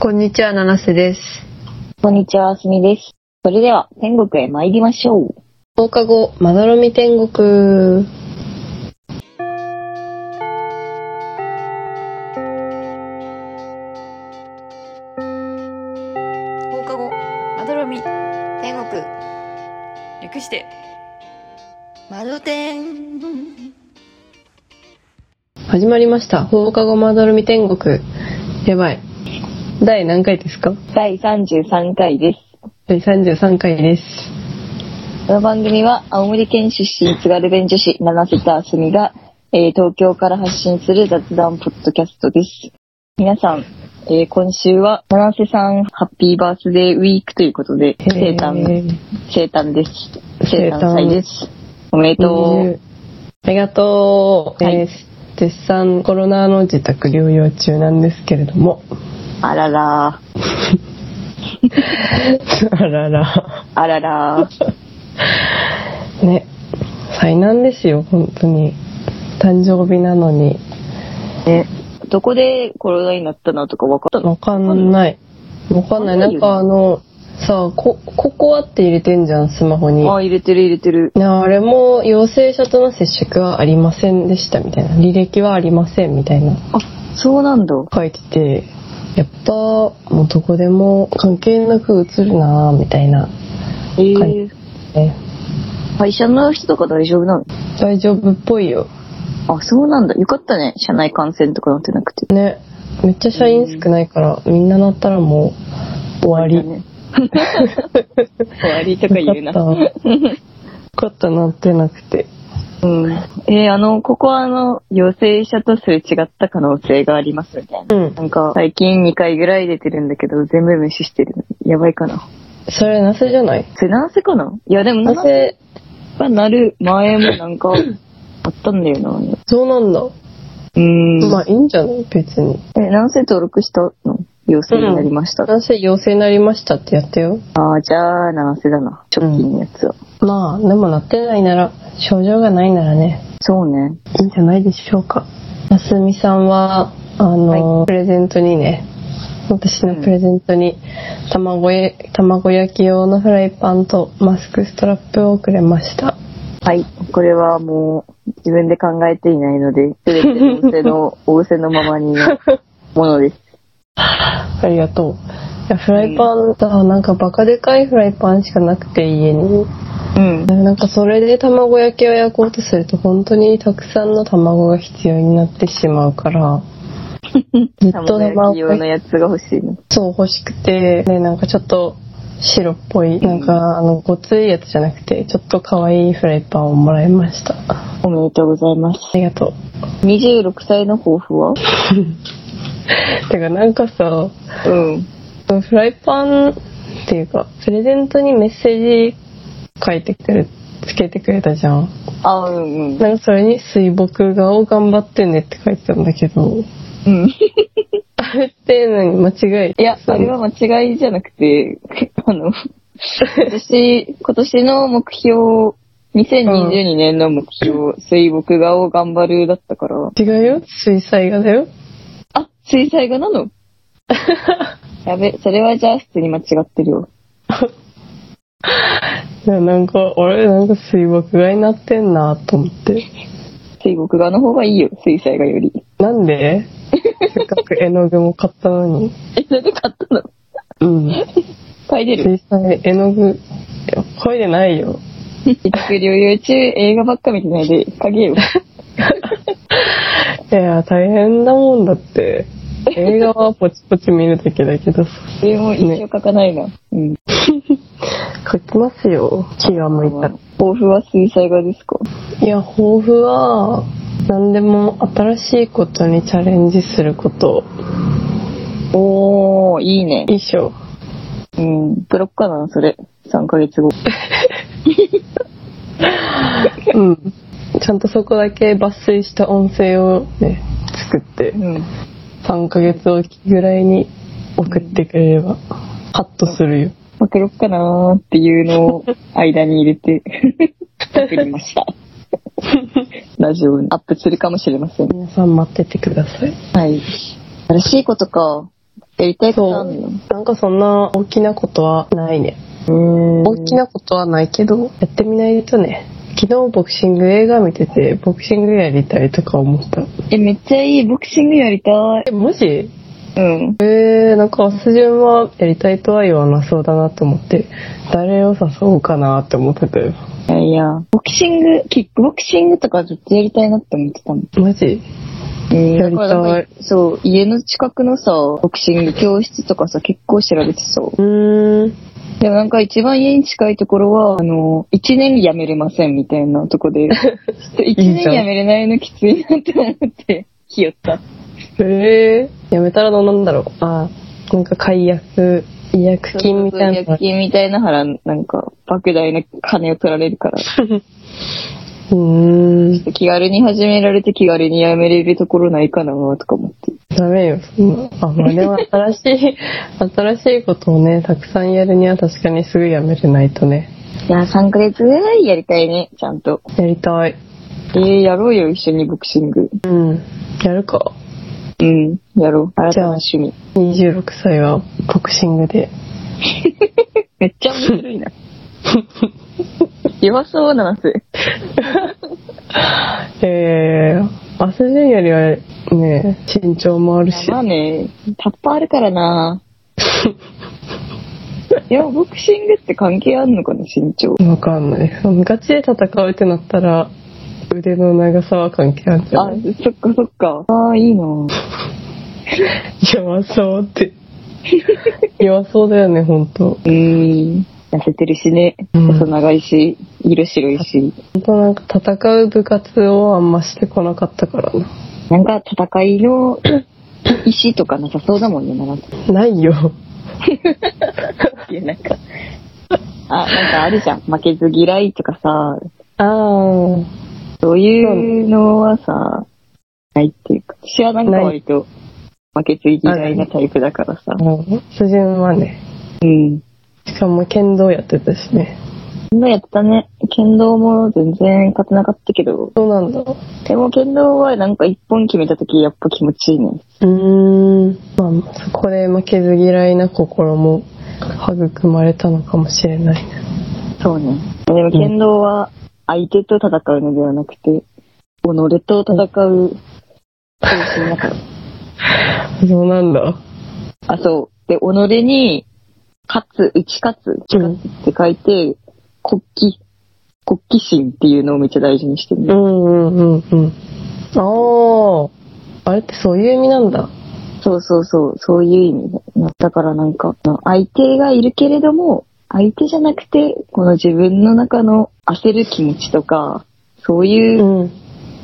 こんにちは、七瀬です。こんにちは、あすみです。それでは、天国へ参りましょう。放課後、まどろみ天国。放課後まどろみ天国略して窓天始まりました。放課後、まどろみ天国。やばい。第何回ですか第33回です。第33回です。この番組は、青森県出身津軽弁女子、七瀬とあすみが、えー東京から発信する雑談ポッドキャストです。皆さん、えー今週は、七瀬さん、ハッピーバースデーウィークということで、生誕、えー生誕です。生生誕誕祭です。おめでと20ありがとう。はいえー絶賛コロナの自宅療養中なんですけれども。 う。あらら、あらら。あらら、ね。災難ですよ、本当に。誕生日なのに。ね。どこでコロナになったのとか分かったのわかんない。わかんない。なんかあの、さあ、こ、ココアって入れてんじゃん、スマホに。あ、入れてる入れてる。ねあれも陽性者との接触はありませんでしたみたいな。履歴はありませんみたいな。あ、そうなんだ。書いてて、やっぱ、もうどこでも関係なく映るなぁみたいな。えーはいね会社の人とか大丈夫なの大丈夫っぽいよ。あ、そうなんだ。よかったね。社内感染とかなってなくて。ね。めっちゃ社員少ないから、みんななったらもう終わり。ね 終わりとか言うよな。かった。よかったなってなくて。うん。えーあの、ここはあの、陽性者とすれ違った可能性がありますみたいな。うんな。んか、最近2回ぐらい出てるんだけど、全部無視してる。やばいかな。それなせじゃないそれ何せかないや、でも、な何せぜがなる前もなん か、あったんだよな。そうなんだ。うん。まあいいんじゃない別に。え、何せ登録したの陽性になりました。なぜ陽性になりましたってやってよ。ああ、じゃあ、七瀬だな。直近のやつは。まあ、でもなってないなら、症状がないならね、そうね。いいんじゃないでしょうか。あすみさんは、あの、プレゼントにね、私のプレゼントに、卵え、卵焼き用のフライパンとマスクストラップをくれました。はい。これはもう、自分で考えていないので、すべて仰せの、仰せのままにのものです。ありがとう。いや、フライパンだ、なんかバカでかいフライパンしかなくて家に。うん。なんかそれで卵焼きを焼こうとすると本当にたくさんの卵が必要になってしまうから、ずっと卵焼き卵用の焼きやつが欲しいの。そう欲しくて、で、なんかちょっと白っぽい、なんかあの、ごついやつじゃなくて、ちょっと可愛いフライパンをもらいました。あおめでとうございます。りがとう。 26歳の抱負はてかなんかさ、うん。フライパンっていうか、プレゼントにメッセージ書いてくれ、つけてくれたじゃん。あ、うんうん。なんかそれに水墨画を頑張ってねって書いてたんだけど、うん。あれっていうのに間違い。いや、それは間違いじゃなくて、 あの、私、今年の目標、2022年の目標、水墨画を頑張るだったから、違うよ。水彩画だよ。あ、水彩画な のやべ、それはじゃあ普通に間違ってるよ。いや、なんか、俺、なんか水墨画になってんなと思って。水墨画の方がいいよ、水彩画より。なん でせっかく絵の具も買ったのに。え、なんで買ったのう ん。書いてる。水彩、絵の具、いや、こいでないよ。一作療養中、映画ばっか見てないで、影 よ。いや、大変だもんだって。映画はポチポチ見るだけだけど、それも一生書かないな。うん。書きますよ。気が向いたら。抱負は水彩画ですかいや、抱負は、何でも新しいことにチャレンジすること。おー、いいね。衣装。うん。ブロックかな、それ。3ヶ月後。うん。ちゃんとそこだけ抜粋した音声をね、作ってう、ん。 3ヶ月おきぐらいに送ってくれれば、ハッとするよ。送ろっかなーっていう のを間に入れて 送りました。ラジオにアップするかもしれません。皆さん待っててください。はい。新しいことか。やりたいことあるのなんかそんな大きなことはないね。大きなことはないけど、やってみないとね。昨日ボクシング映画見てて、ボクシングやりたいとか思った。え、めっちゃいい。ボクシングやりたい。え、もしうん。えー、なんか、ス順はやりたいとは言わなそうだなと思って、誰を誘おうかなって思ってたよ。いやいや、ボクシング、キックボクシングとかずっとやりたいなって思ってたの。マジうやんりたいだからなんかそう、家の近くのさ、ボクシング教室とかさ、結構調べてさ。うーん。でもなんか一番家に近いところは、あの、一年辞めれませんみたいなとこ で、一年辞めれないのきついなって思って、ひよった。えー、やめたらどうなんだろう。あー、なんか解約、違約金みたいな薬。金みたいな腹、なんか、莫大な金を取られるから、うーん。気軽に始められて気軽に辞めれるところないかなとか思って。ダメよ、そんな。あ、まあでも新しい、 新しいことをね、たくさんやるには確かにすぐやめれないとね。いや、3ヶ月ぐらいやりたいね、ちゃんと。やりたい。えー、やろうよ、一緒にボクシング。うん。やるか。うん、やろう。新たな趣味。 26歳はボクシングで。めっちゃ面白いな。弱そうなナス。えー、アスジェンよりはね、身長もあるしま。あね、タッパーあるからな。いや、ボクシングって関係あんのかな、身長。わかんない。そのガチで戦うってなったら、腕の長さは関係あるんじゃあない、そっかそっか。ああ、いいな。弱そうって。弱そうだよね、ほんと。うーん。痩せてるしね。うん細長いし、色白いし。ほんとなんか戦う部活をあんましてこなかったからな。なんか戦いの石とかなさそうだもんね、奈良ないよ。っていうなんか。あ、なんかあるじゃん。負けず嫌いとかさ、ああ。そういうのはさ、ないっていうか。私はなんか割と負けず嫌いなタイプだからさあ。の、主人はね。うん。しかも剣道やってたしね。剣道やってたね。剣道も全然勝てなかったけど。そうなんだ。でも剣道はなんか一本決めた時やっぱ気持ちいいね。うーん。まあ、そこで負けず嫌いな心も育まれたのかもしれないね。そうね。でも剣道は相手と戦うのではなくて、己と戦う精神だから。そうなんだ。あ、そう。で、己に勝つ、打ち勝つ、打ち勝つって書いて、国旗、国旗心っていうのをめっちゃ大事にしてる、うねんうんうんうん。ああ。あれってそういう意味なんだ。そうそうそう、そういう意味だ。だからなんか、相手がいるけれども、相手じゃなくて、この自分の中の焦る気持ちとか、そういううん。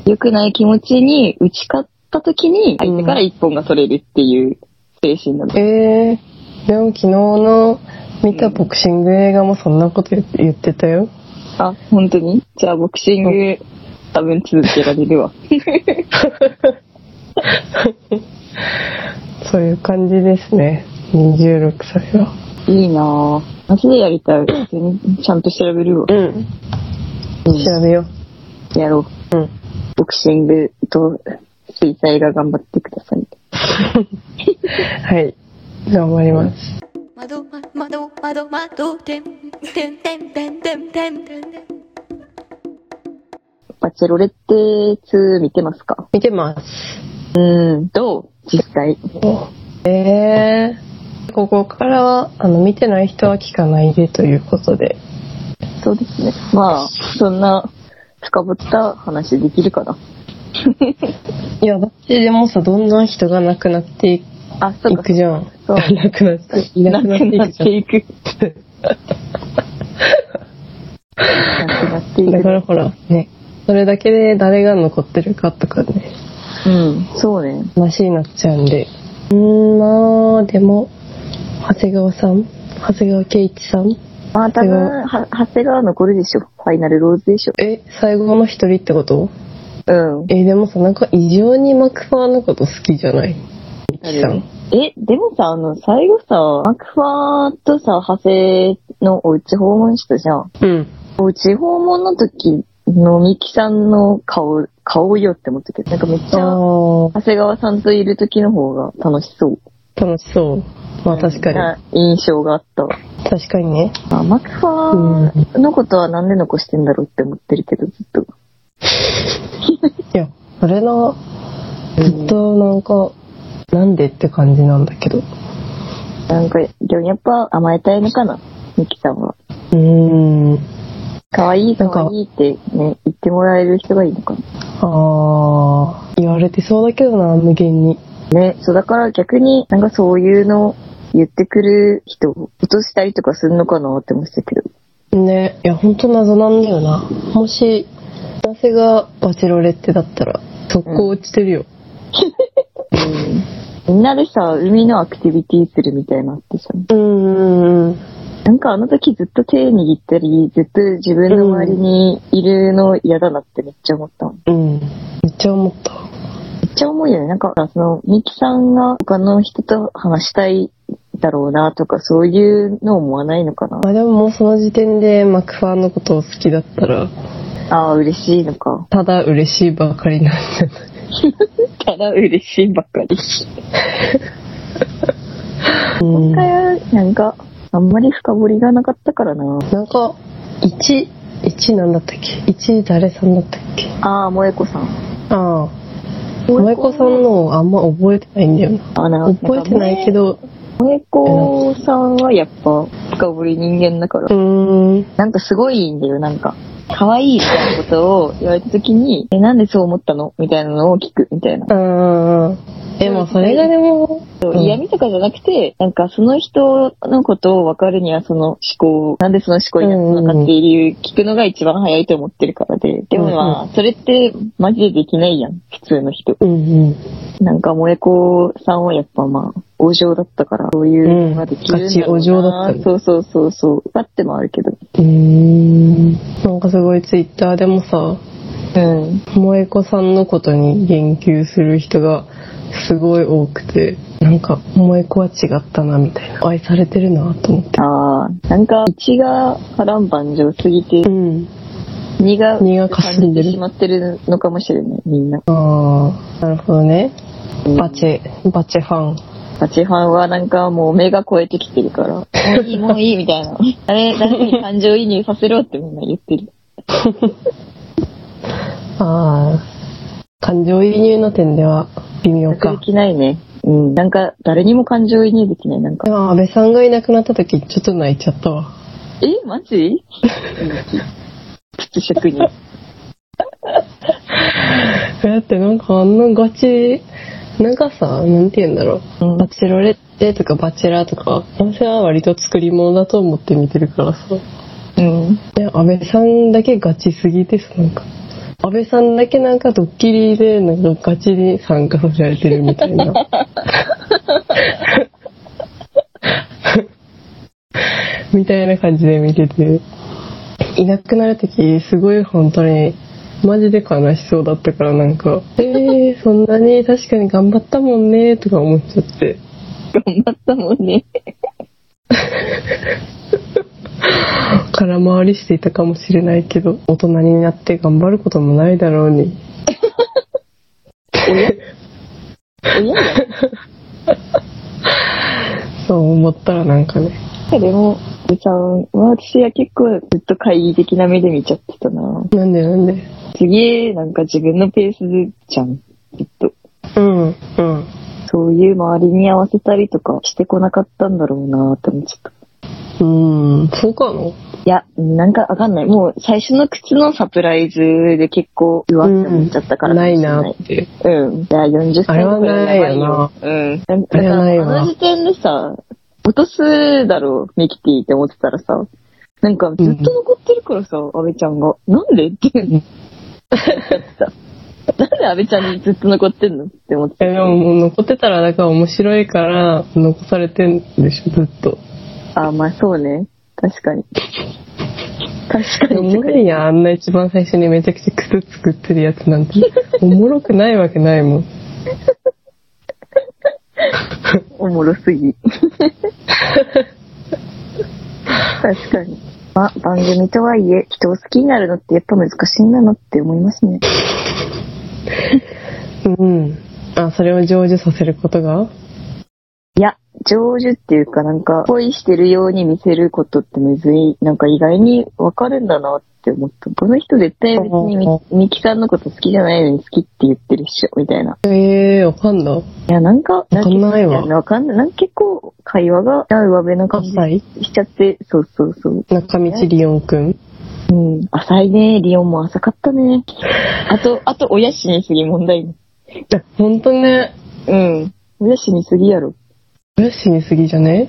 良くない気持ちに打ち勝った時に、相手から一本が取れるっていう精神なの。ええでも昨日の見たボクシング映画もそんなこと言言ってたよ。あ、本当にじゃあボクシング、多分続けられるわ。そういう感じですね。26歳は。いいなぁ。マジでやりたい。普通にちゃんと調べるわ。うん。調べよやろう。う。うん。ボクシングと水彩画頑張ってください。はい。頑張ります。窓ま窓窓窓てんてんてんてんてんてんてんてんバチェロレッテ2見てますか見てます。うん、どう実際。えー、ここからは、あの、見てない人は聞かないでということで。そうですね。まあ、そんな深掘った話できるかな。いや、だってでもさ、どんどん人が亡くなってい あ、そうかく。じゃん。そう亡く なって、いななくくなっていなくっじゃんていく。なくなってい。だかく。らほら、ね、それだけで誰が残ってるかとかね、うん、そうね。話になっちゃうんで。うーん、まあ、でも、長谷川さん長谷川圭一さんまあ多分、は長谷川残るでしょ。ファイナルローズでしょ。え、最後の一人ってことうん。え、でもさ、なんか異常にマクファーのこと好きじゃないミキさん。え、でもさ、あの、最後さ、マクファーとさ、長谷のお家訪問したじゃん。うん。お家訪問の時のミキさんの顔、顔よって思ったけど、なんかめっちゃ、あ長谷川さんといる時の方が楽しそう。楽しそう。まあ確かに。はい印象があったわ。確かにね。あ、マクファーのことはなんで残してんだろうって思ってるけど、ずっと。いや、あれな、ずっとなんか、なんでって感じなんだけど。うなんか、でもやっぱ甘えたいのかな、ミキさんは。ーん。可愛いなんか可愛いってね、言ってもらえる人がいいのかあー、言われてそうだけどな、無限に。な。ね、そうだから逆になんかそういうの言ってくる人を落としたりとかするのかなって思ってたけど。ね、いや、ほんと謎なんだよな。もし、男性がバチェロレってだったら、速攻落ちてるよ。みんなでさ、海のアクティビティするみたいなのあってさ、うん。うんなんかあの時ずっと手握ったり、ずっと自分の周りにいるの嫌だなってめっちゃ思ったもん。うん。めっちゃ思った。めっちゃ重いよね。なんか、その、ミキさんが他の人と話したいだろうなとか、そういうの思わないのかな。まあでももうその時点でマクファーのことを好きだったら、ああ、嬉しいのか。ただ嬉しいばかりなんじゃないただ嬉しいばっかり。うん今回は、なんか、あんまり深掘りがなかったからな。なんか、1、1なんだったっけ ?1 誰さんだったっけああ、萌子さん。ああ。萌子さんのをあんま覚えてないんだよな。あな覚えてないけ。ど、萌子さんはやっぱ、深掘り人間だからう。ーん。なんかすごいんだよ、なんか。可愛いみたいなことを言われた時に、え、なんでそう思ったのみたいなのを聞く、みたいな。あー。え、まあそれがでも、うん嫌味とかじゃなくて、なんかその人のことを分かるにはその思考、なんでその思考になったのかっていう理由聞くのが一番早いと思ってるからで。でもまあ、それってマジでできないやん、普通の人。うんうん。なんか萌子さんはやっぱまあ、お嬢だったから、そういうのができるんだうんろうな、ガチお嬢だったねそうそうそうそう。だってもあるけど。うーん。なんかすごいツイッターでもさ、うん。萌子さんのことに言及する人がすごい多くて、なんか萌子は違ったなみたいな。愛されてるなと思って。ああ、なんか、1が波乱万丈すぎてう、ん。 2が、荷がかすんでるしまってるのかもしれない、みんな。ああ、なるほどね。バチェ、バチェファン。パチハンはなんかもう目が超えてきてるから、もういい、もういい、みたいな。あれ、誰に感情移入させろってみんな言ってる。ああ、感情移入の点では微妙全くかで。きないね。うん。なんか、誰にも感情移入できない。なんでか、も安倍さんがいなくなった時ちょっと泣いちゃったわ。え、マジ靴職人。えだってなんかあんなガチ、なんかさ、なんて言うんだろう。うんバチェロレッテとかバチェラーとか、私は割と作り物だと思って見てるからさ。うん。で、安倍さんだけガチすぎです、なんか。安倍さんだけなんかドッキリで、なんかガチに参加させられてるみたいな。 みたいな感じで見てて。いなくなるとき、すごい本当に、マジで悲しそうだったからなんか、えー、そんなに確かに頑張ったもんね、とか思っちゃって。頑張ったもんね。空回りしていたかもしれないけど大人になって頑張ることもないだろうに親だよそう思ったらなんかねでも、うさんは私は結構ずっと懐疑的な目で見ちゃってたな。なんでなんですげえ、なんか自分のペースじゃん。ずっと。うんうんそういう周りに合わせたりとかしてこなかったんだろうなって思っちゃった。うんそうかないや、なんかわかんない。もう最初の靴のサプライズで結構、うわって思っちゃったからかもなしれいなってうん。じゃあ40歳あれはないよなぐらいやばいようん。あれはないだわからあの時点でさ、落とすだろう、ミキティって思ってたらさ、なんかずっと残ってるからさ、阿部ちゃんが。なんでって。ん なんで阿部ちゃんにずっと残ってんのって思ってえでももう残ってたらだから面白いから残されてんでしょずっとあ、まあそうね。確かに。確かおにも。ろいやんあんな一番最初にめちゃくちゃ靴作ってるやつ なんておもろくないわけないもんおもろすぎ。確かに。まあ、番組とはいえ、人を好きになるのってやっぱ難しいんだなって思いますね。うんあそれを成就させることがいや、上手っていうかなんか、恋してるように見せることってむずい。なんか意外にわかるんだなって思った。この人絶対別にみみきさんのこと好きじゃないのに好きって言ってるっしょ、みたいな。ええー、わかんない。いや、なんか、かんないわんかわかんない。なんか結構会話が、あ上辺の感じ浅いしちゃって、そうそうそう。中道りおんくん。うん、浅いね。リオンも浅かったね。あと、あと、親死にすぎ問題。いや、ほんとね、うん。親死にすぎやろ。親死にすぎじゃね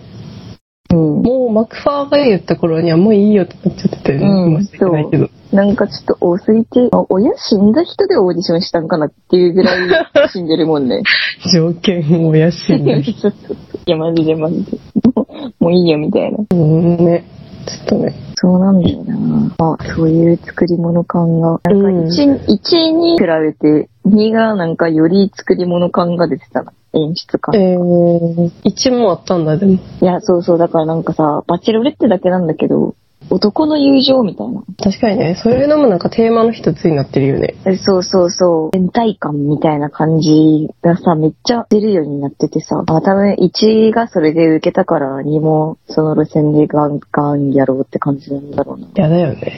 うん。もうマクファーが言った頃にはもういいよってなっちゃってたよね。うんもし訳ないけど。なんかちょっと多すぎて、あ親死んだ人でオーディションしたんかなっていうぐら い死んでるもんね。条件をやしそうに。 そうそう。いや、マジでマジで。もうもういいよみたいな。うんね。ちょっとね。そうなんだよな。まあ、そういう作り物感が。なんかうん1、一位に比べて、2がなんかより作り物感が出てたな。演出感。えー、一もあったんだ、でも。いや、そうそう。だからなんかさ、バチェロレってだけなんだけど、男の友情みたいな。確かにね、そういうのもなんかテーマの一つになってるよね。えそうそうそう。連帯感みたいな感じがさ、めっちゃ出るようになっててさ。あ、多分1がそれで受けたから2もその路線でガンガンやろうって感じなんだろうな。やだよね。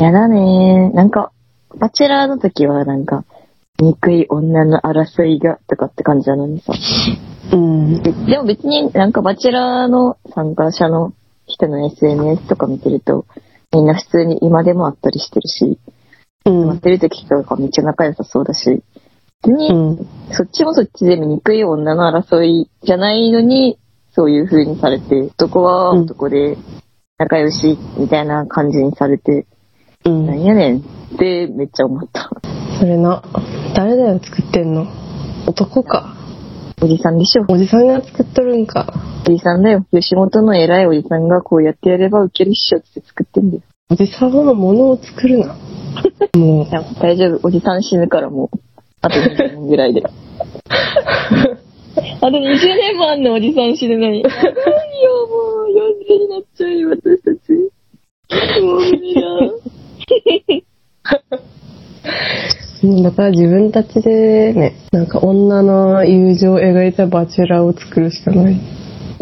やだねー。なんか、バチェラーの時はなんか、憎い女の争いがとかって感じなのにさ。うん。ででも別になんかバチェラーの参加者の人の SNS とか見てると、みんな普通に今でも会ったりしてるし、うん。待ってる時とかめっちゃ仲良さそうだし、別にうん。そっちもそっちで醜い女の争いじゃないのに、そういう風にされて、男はうん男で仲良しみたいな感じにされて、うんなんやねんってめっちゃ思った。それな、誰だよ作ってんの男か。おじさんでしょ。おじさんが作っとるんか。おじさんだよ。吉本の偉いおじさんがこうやってやればウケるっしょって作ってんだよ。おじさんのものを作るな。もうい、や大丈夫。おじさん死ぬからもう、あと20年ぐら いで。あと20年もあんの、おじさん死ぬのに。やばいよ、もう。40になっちゃうよ、私た ち。もう無理だ。うんだから自分たちでね、なんか女の友情を描いたバチェラーを作るしかない。い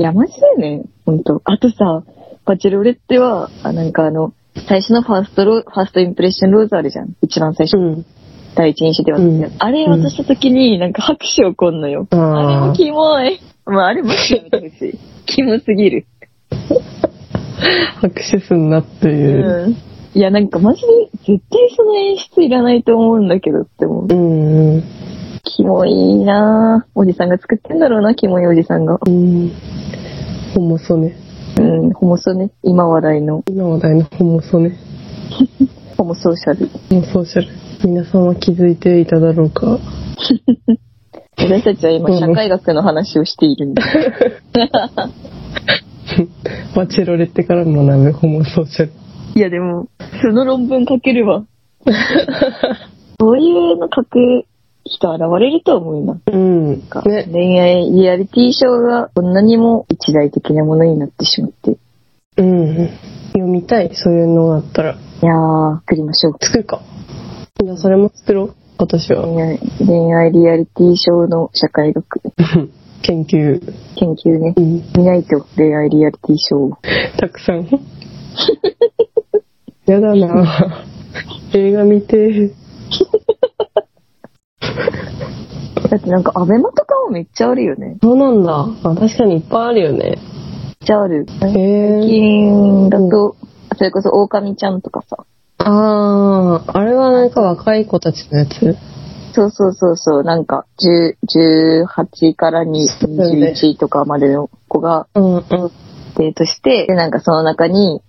や、マジだよね。ほんと。あとさ、バチェロレっては、あなんかあの、最初のファーストロー、ファーストインプレッションローズあるじゃん。一番最初。ん。第一印象で渡すやつうんあれ渡した時に、なんか拍手起こんのよ。あーあれもキモい。まあ、あれもやめてほし い。キモすぎる。拍手すんなっていう。うん。いや、なんかマジで、絶対その演出いらないと思うんだけどって思うう。ん。うん。キモいなぁ。おじさんが作ってんだろうな、キモいおじさんが。うん。ホモソネ。うん、ホモソね。今話題の、今話題のホモソネ。ホモソーシャル。ホモソーシャル。皆さんは気づいていただろうか。私たちは今、社会学の話をしているんだ。バチェロレってから学ぶホモソーシャル。いや、でも、その論文書けるわ。そういうの書く人現れると思うな。うん。かね。恋愛リアリティショーがこんなにも一大的なものになってしまって。いうん。読みたい、そういうのがあったら。やー、作りましょう。作るか。じゃあそれも作ろう。今年は。恋愛恋愛リアリティショーの社会学研究。研究ねう。ん。見ないと恋愛リアリティショーを。たくさん。 やだな映画見て。だってなんかアベマとかもめっちゃあるよね。めっそうなんだ。あ、確かにいっぱいあるよね。ちゃある。へ最え。近だと、それこそ狼ちゃんとかさ。あー、あれはなんか若い子たちのやつそうそうそうそう、なんか10 18からそうだよね21とかまでの子がうんうん。デートして、で、なんかその中に、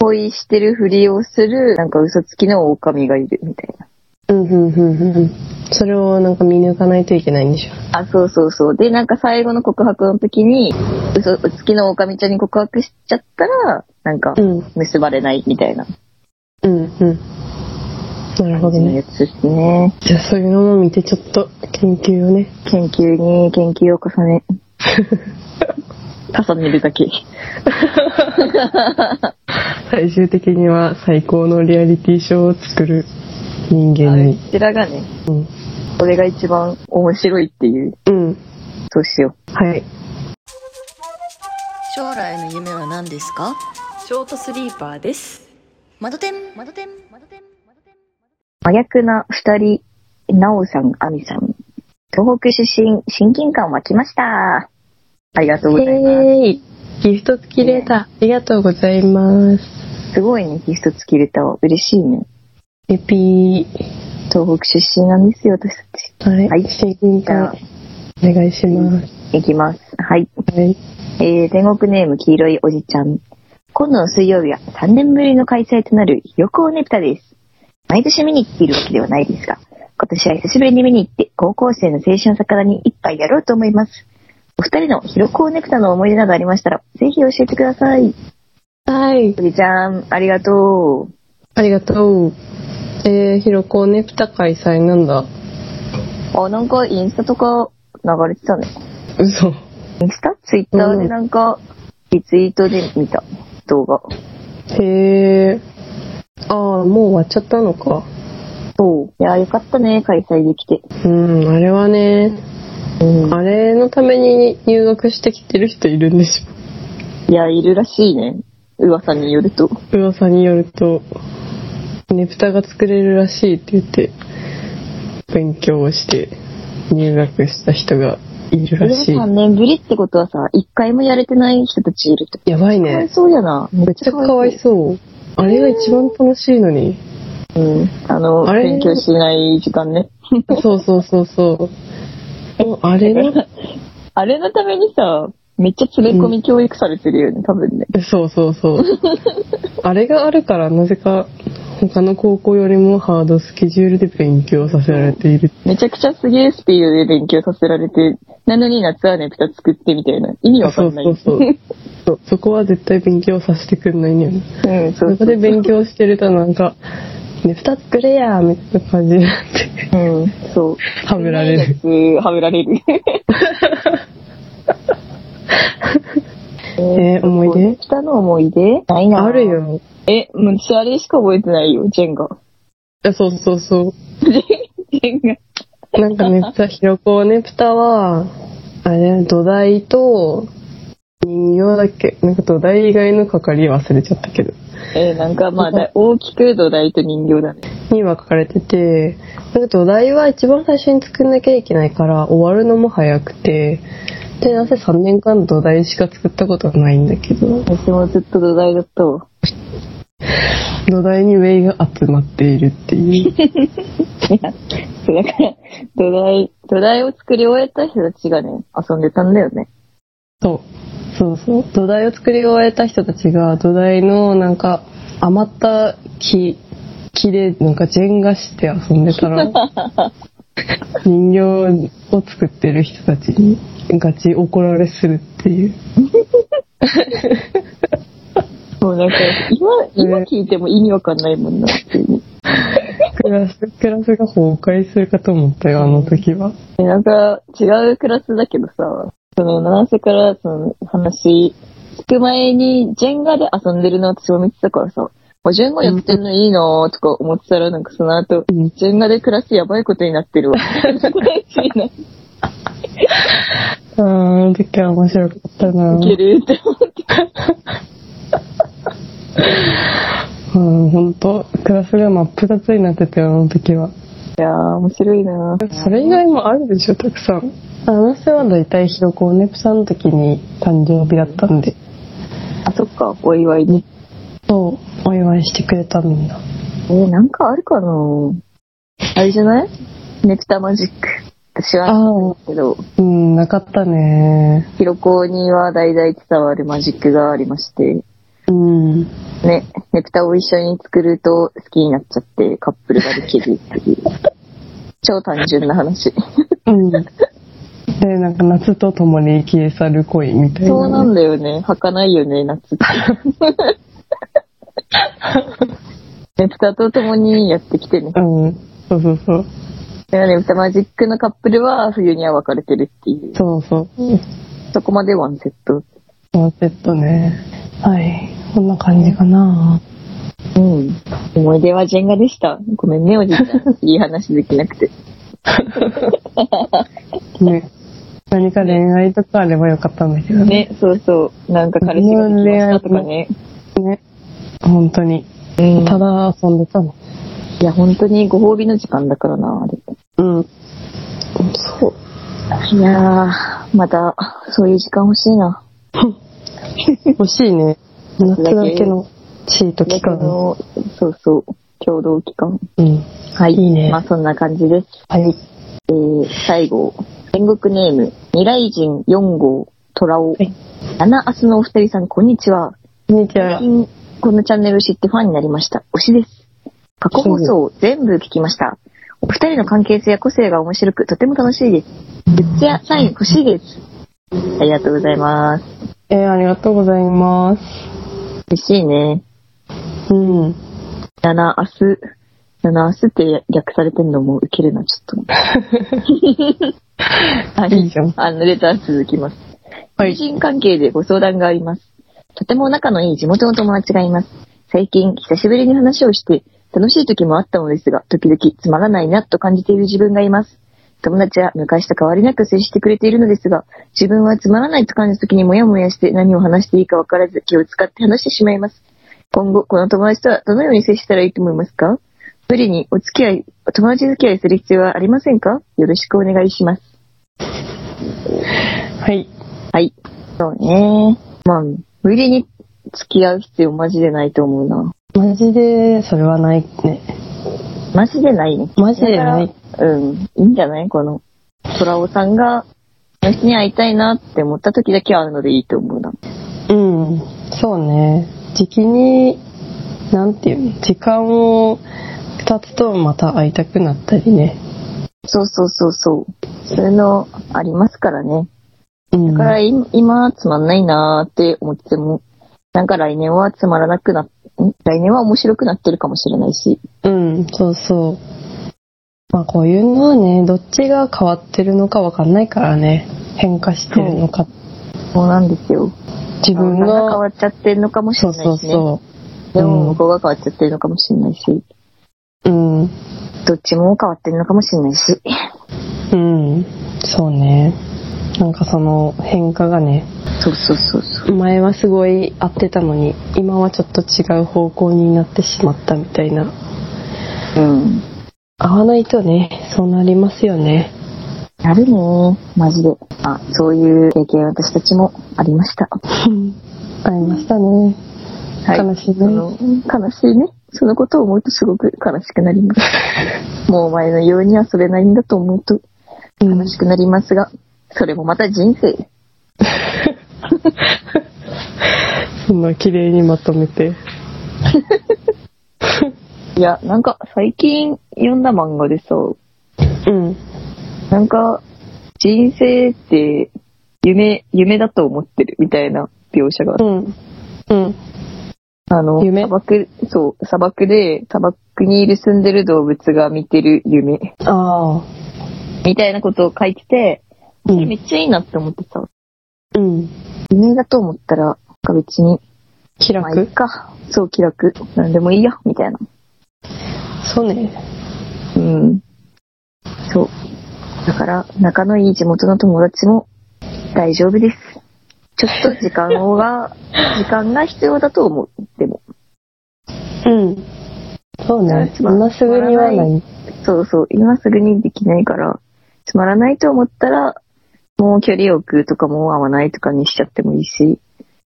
恋してるふりをする、なんか嘘つきの狼がいるみたいな。うんうんうんうん。それをなんか見抜かないといけないんでしょ。あ、そうそうそう。で、なんか最後の告白の時に、嘘つきの狼ちゃんに告白しちゃったら、なんかう、ん。結ばれないみたいなうんうん。なるほど感じのね。やつですね。じゃあそういうのも見てちょっと研究をね。研究に研究を重ね、重ねるだ け。最終的には最高のリアリティショーを作る人間こに。ちらがね、うん。これが一番面白いっていう、うん。そうしよう。はい。将来の夢は何ですかショートスリーパーです窓点窓点窓点真逆な二人、なおさん、あみさん。東北出身、親近感湧きました。ありがとうございまイェーイギフト付きレター、ありがとうございます。す。すごいね、ギフト付きレターは嬉しいね。エピ東北出身なんですよ、私たー、ち。はい、はい親近感、お願いします。いきます。はい。はい。えー、天国ネーム黄色いおじちゃん。今度の水曜日は3年ぶりの開催となる旅行ねぷたです。毎年見に行っているわけではないですが、今年は久しぶりに見に行って高校生の青春を魚に一杯やろうと思います。お二人の広行ねぷたの思い出などありましたら、ぜひ教えてください。はい。おじちゃん、ありがとう。ありがとう。えー、ひろこねぷた開催なんだ。あ、なんかインスタとか流れてたね。嘘。インスタツイッターでなんか、リツイートで見た動画。へえ。ああ、もう終わっちゃったのか。そう。いやー、よかったね、開催できて。うん、あれはね、うんあれのために入学してきてる人いるんでしいや、いるらしいね。噂によると。ょ。噂によると、ねぷたが作れるらしいって言って、勉強をして入学した人がいるらし3い。年ぶりってことはさ、一回もやれてない人たちいるって。やばいかわいね。そうやな。めめっちゃかわいそう。あれが一番楽しいの に。う。うん。あの、あれ勉強しない時間ね。そうそうそうそう。もうあれの、あれのためにさ、めっちゃ詰め込み教育されてるよね、多分ね。そうそうそう。あれがあるから、なぜか、他の高校よりもハードスケジュールで勉強させられている。めちゃくちゃすげえスピードで勉強させられて、なのに夏はね、2つ作ってみたいな。意味わかそうんない。そうそう。そうそこは絶対勉強させてくんないんだよね。 うん、そそうそこでう。勉強してるとなんか、ね、二つくれやみたいな感じになって、うん、そう。はめられる。る。はめられる。 えー思い出北の思い出ないな。ある。よ。え、もう私あれしか覚えてないよ、ジェンガ。いやそうそうそジェンガ。う。なんかね、プタ、ひろこね、プタは、あれ、土台と、人形だっけなんか土台以外の係忘れちゃったけど。えーなんかま あ、だ大きく土台と人形だね。には書かれてて、なんか土台は一番最初に作んなきゃいけないから終わるのも早くて、で、なぜ3年間土台しか作ったことはないんだけど、私もずっと土台だったわ。土台にウェイが集まっているっていう。いや、そうだから、土台、土台を作り終えた人たちがね、遊んでたんだよね。そう。そうそう。土台を作り終えた人たちが土台のなんか余った木、木でなんかジェンガして遊んでた ら、人形を作ってる人たちにガチ怒られするっていう。もうなんか、 今、今聞いても意味わかんないもんな、普通に。クラス、クラスが崩壊するかと思ったよ、あの時は。でなんか、違うクラスだけどさ、その、七瀬から、その、話、聞く前に、ジェンガで遊んでるの私も見てたからさ、あジェンガやってんのいいなとか思ってたら、なんかその後、うんジェンガで暮らしやばいことになってるわ。悲しいなあーあの時は面白かったな。 いけるって思って。うん、ほんと、クラスが真っ二つになってたよ、あの時は。いやー、面白いなそれ以外もあるでしょ、たくさん。あの世は大体ひろこねぷさんの時に誕生日だったんで。あ、そっか、お祝いに。そう、お祝いしてくれたみんな。えー、なんかあるかなあれじゃないネクタマジック。私はあなーんですけど、うん、なかったね。ヒロコには代々伝わるマジックがありまして、うん。ね、ネクタを一緒に作ると好きになっちゃってカップルができるっていう。超単純な話。うん。で、なんか夏と共に消え去る恋みたいな。 そうなんだよね。儚かないよね、夏 って。ネプタと共にやってきてね。うん。そうそうそう。だからね、歌マジックのカップルは冬には別れてるっていう。そうそう。そこまでワンセット。ワンセットね。はい。こんな感じかな。うん。思い出はジェンガでした。ごめん ね、おじいちゃん。いい話できなくて。ね。何か恋愛とかあればよかったんだけどね。ね、そうそう。なんか彼氏ができましたとかね。ね。本当に。うん。ただ遊んでたの。いや、本当にご褒美の時間だからな、あれ。うん。そう。いやー、また、そういう時間欲しいな。欲しいね。夏だけのシート期間。僕のそうそう、共同期間。うん。はい。いいねまあ、そんな感じです。はい。えー、最後、天国ネーム、未来人4号、虎尾。はい七明日のお二人さん、こんにちは。こんにち最は。近、このチャンネル知ってファンになりました。推しです。過去放送を全部聞きました。お二人の関係性や個性が面白く、とても楽しいです。グッズやサイン欲しいです。ありがとうございます。えー、ありがとうございます。嬉しいね。うん。七明日、七明日って略されてんのもウケるな、ちょっと。はい いじゃんあの、レター続きます。はい友人関係でご相談があります。とても仲のいい地元の友達がいます。最近、久しぶりに話をして、楽しい時もあったのですが、時々つまらないなと感じている自分がいます。友達は昔と変わりなく接してくれているのですが、自分はつまらないと感じた時にモヤモヤして何を話していいかわからず気を使って話してしまいます。今後、この友達とはどのように接したらいいと思いますか無理にお付き合い、友達付き合いする必要はありませんかよろしくお願いします。はい。はい。そうね。まあ、無理に付き合う必要マジでないと思うな。マジで、それはないね。マジでないね。マジでないだから。うん。いいんじゃないこの、虎尾さんが、この人に会いたいなって思った時だけ会うのでいいと思うな。うん。そうね。時期に、なんていうの、時間を経つとまた会いたくなったりね。そうそうそうそう。そういうのありますからね。うんだからい、今つまんないなーって思っても、なんか来年はつまらなくなっ、ん来年は面白くなってるかもしれないし。うん、そうそう。まあこういうのはね、どっちが変わってるのかわかんないからね。変化してるのか。そうなんですよ。自分なんか変わが、っちゃってるのかもしそれうなそいうしね。そでも向こうが変わっちゃってるのかもしれないし、う。うん。どっちも変わってるのかもしれないし。うん。そうね。なんかその変化がね、そうそうそうそう。前はすごい合ってたのに、今はちょっと違う方向になってしまったみたいな。うん。合わないとね、そうなりますよね。やるねマジで。あ、そういう経験私たちもありました。会いましたね。はい悲しいねその悲しいね。そのことを思うとすごく悲しくなり ます。もう前のようにはそれなりんだと思うとうん悲しくなりますが、それもまた人生。そんな綺麗にまとめて。いや、なんか最近読んだ漫画でさ、うん。なんか人生って夢、夢だと思ってるみたいな描写があってうん。うん。あの、夢砂漠、そう、砂漠で、砂漠にいる住んでる動物が見てる夢、ああ。みたいなことを書いてて、うめん。っちゃいいなって思ってさ、うん。夢だと思ったら、なんか別に、気まあいい楽。か。そう、気楽。なんでもいいや、みたいな。そうね。うん。そう。だから、仲のいい地元の友達も、大丈夫です。ちょっと時間 が、時間が必要だと思う。でも、うん。そうね。まそあんなすぐにはない。そうそう、今すぐにできないから、つまらないと思ったら、もう距離を置くとかもう合わないとかにしちゃってもいいし、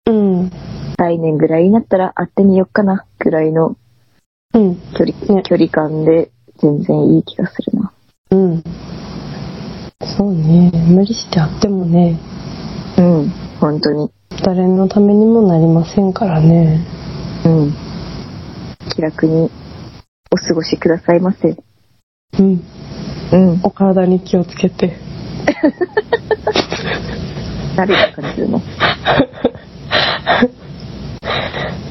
うん。来年ぐらいになったら会ってみよっかな、ぐらいのうん。距離、ね距離感で全然いい気がするな。うん。そうね。無理してあってもね、うん、本当に。誰のためにもなりませんからね。うん。気楽にお過ごしくださいませ。うん。うん。お体に気をつけて。慣れた感じの。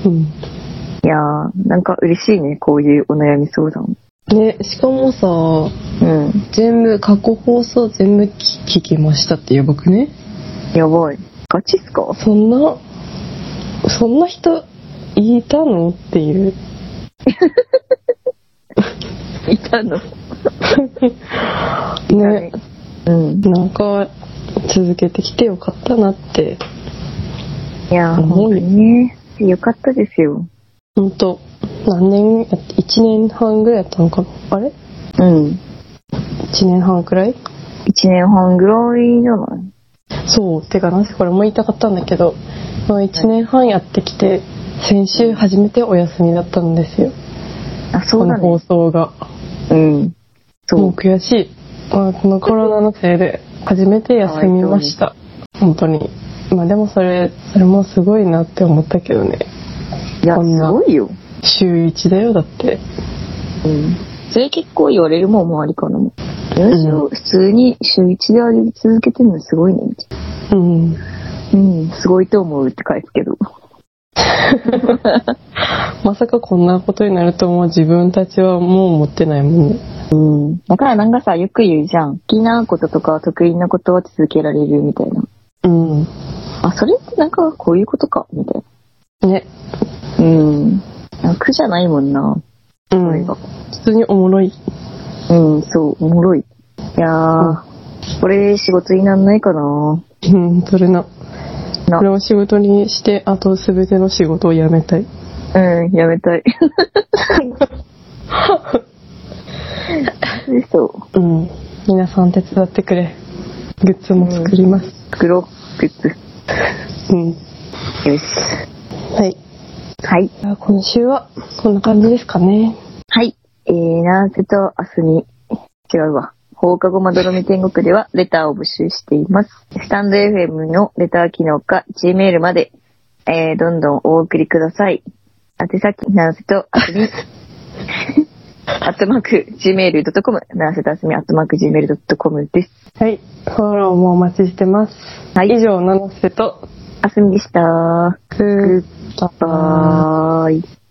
うん。いやー、なんか嬉しいね、こういうお悩み相談。ね、しかもさ、うん。全部、過去放送全部聞聞きましたっていう僕ね。やばい。ガチっすかそんな、そんな人、いたのっていう。いたの。ね、うん。なんか、続けてきてよかったなっていやー、重ほいんとにね。よかったですよ。本当何年やって1年半ぐらいやったのかなあれうん。 1年半くらい一年半ぐらいじゃないそうてかなぜこれも言いたかったんだけど1年半やってきて先週初めてお休みだったんですよあ、そうこだの放ね。送がうん。そもうう。悔しいまあこのコロナのせいで初めて休みました本当にまあでもそれそれもすごいなって思ったけどねいや、こんすなごいよ。週1だよだってうん。それ結構言われるもん、周りからも。うん、普通に週一であり続けてるのすごいね。うんうん、すごいと思うって返すけど。まさかこんなことになるともう自分たちはもう思ってないもんねうん。だからなんかさ、よく言うじゃん。好きなこととか得意なことは続けられるみたいな。うんあ、それってなんかこういうことか、みたいねな。うん。なんか苦じゃないもんな、うこれんが。普通におもろいうん、そう、おもろい。いやー、これ仕事になんないかな。うんそれななこれを仕事にしてあと全ての仕事を辞めたいうん、やめ たい。そう。うん皆さん手伝ってくれグッズも作りますグロックス。うんよし。はいはい。じゃあ今週はこんな感じですかねはい。えー、ナーズと明日に、違うわ。放課後まどろみ天国ではレターを募集しています。スタンド FM のレター機能か Gmail まで、えー、どんどんお送りください。宛先、ナーズと明日に、 アットマーク、gmail.com、ナーズと明日に、アットマーク、gmail.com です。はいフォローもお待ちしてます、はい以上七瀬と明日にでした。グッドバイバーイ。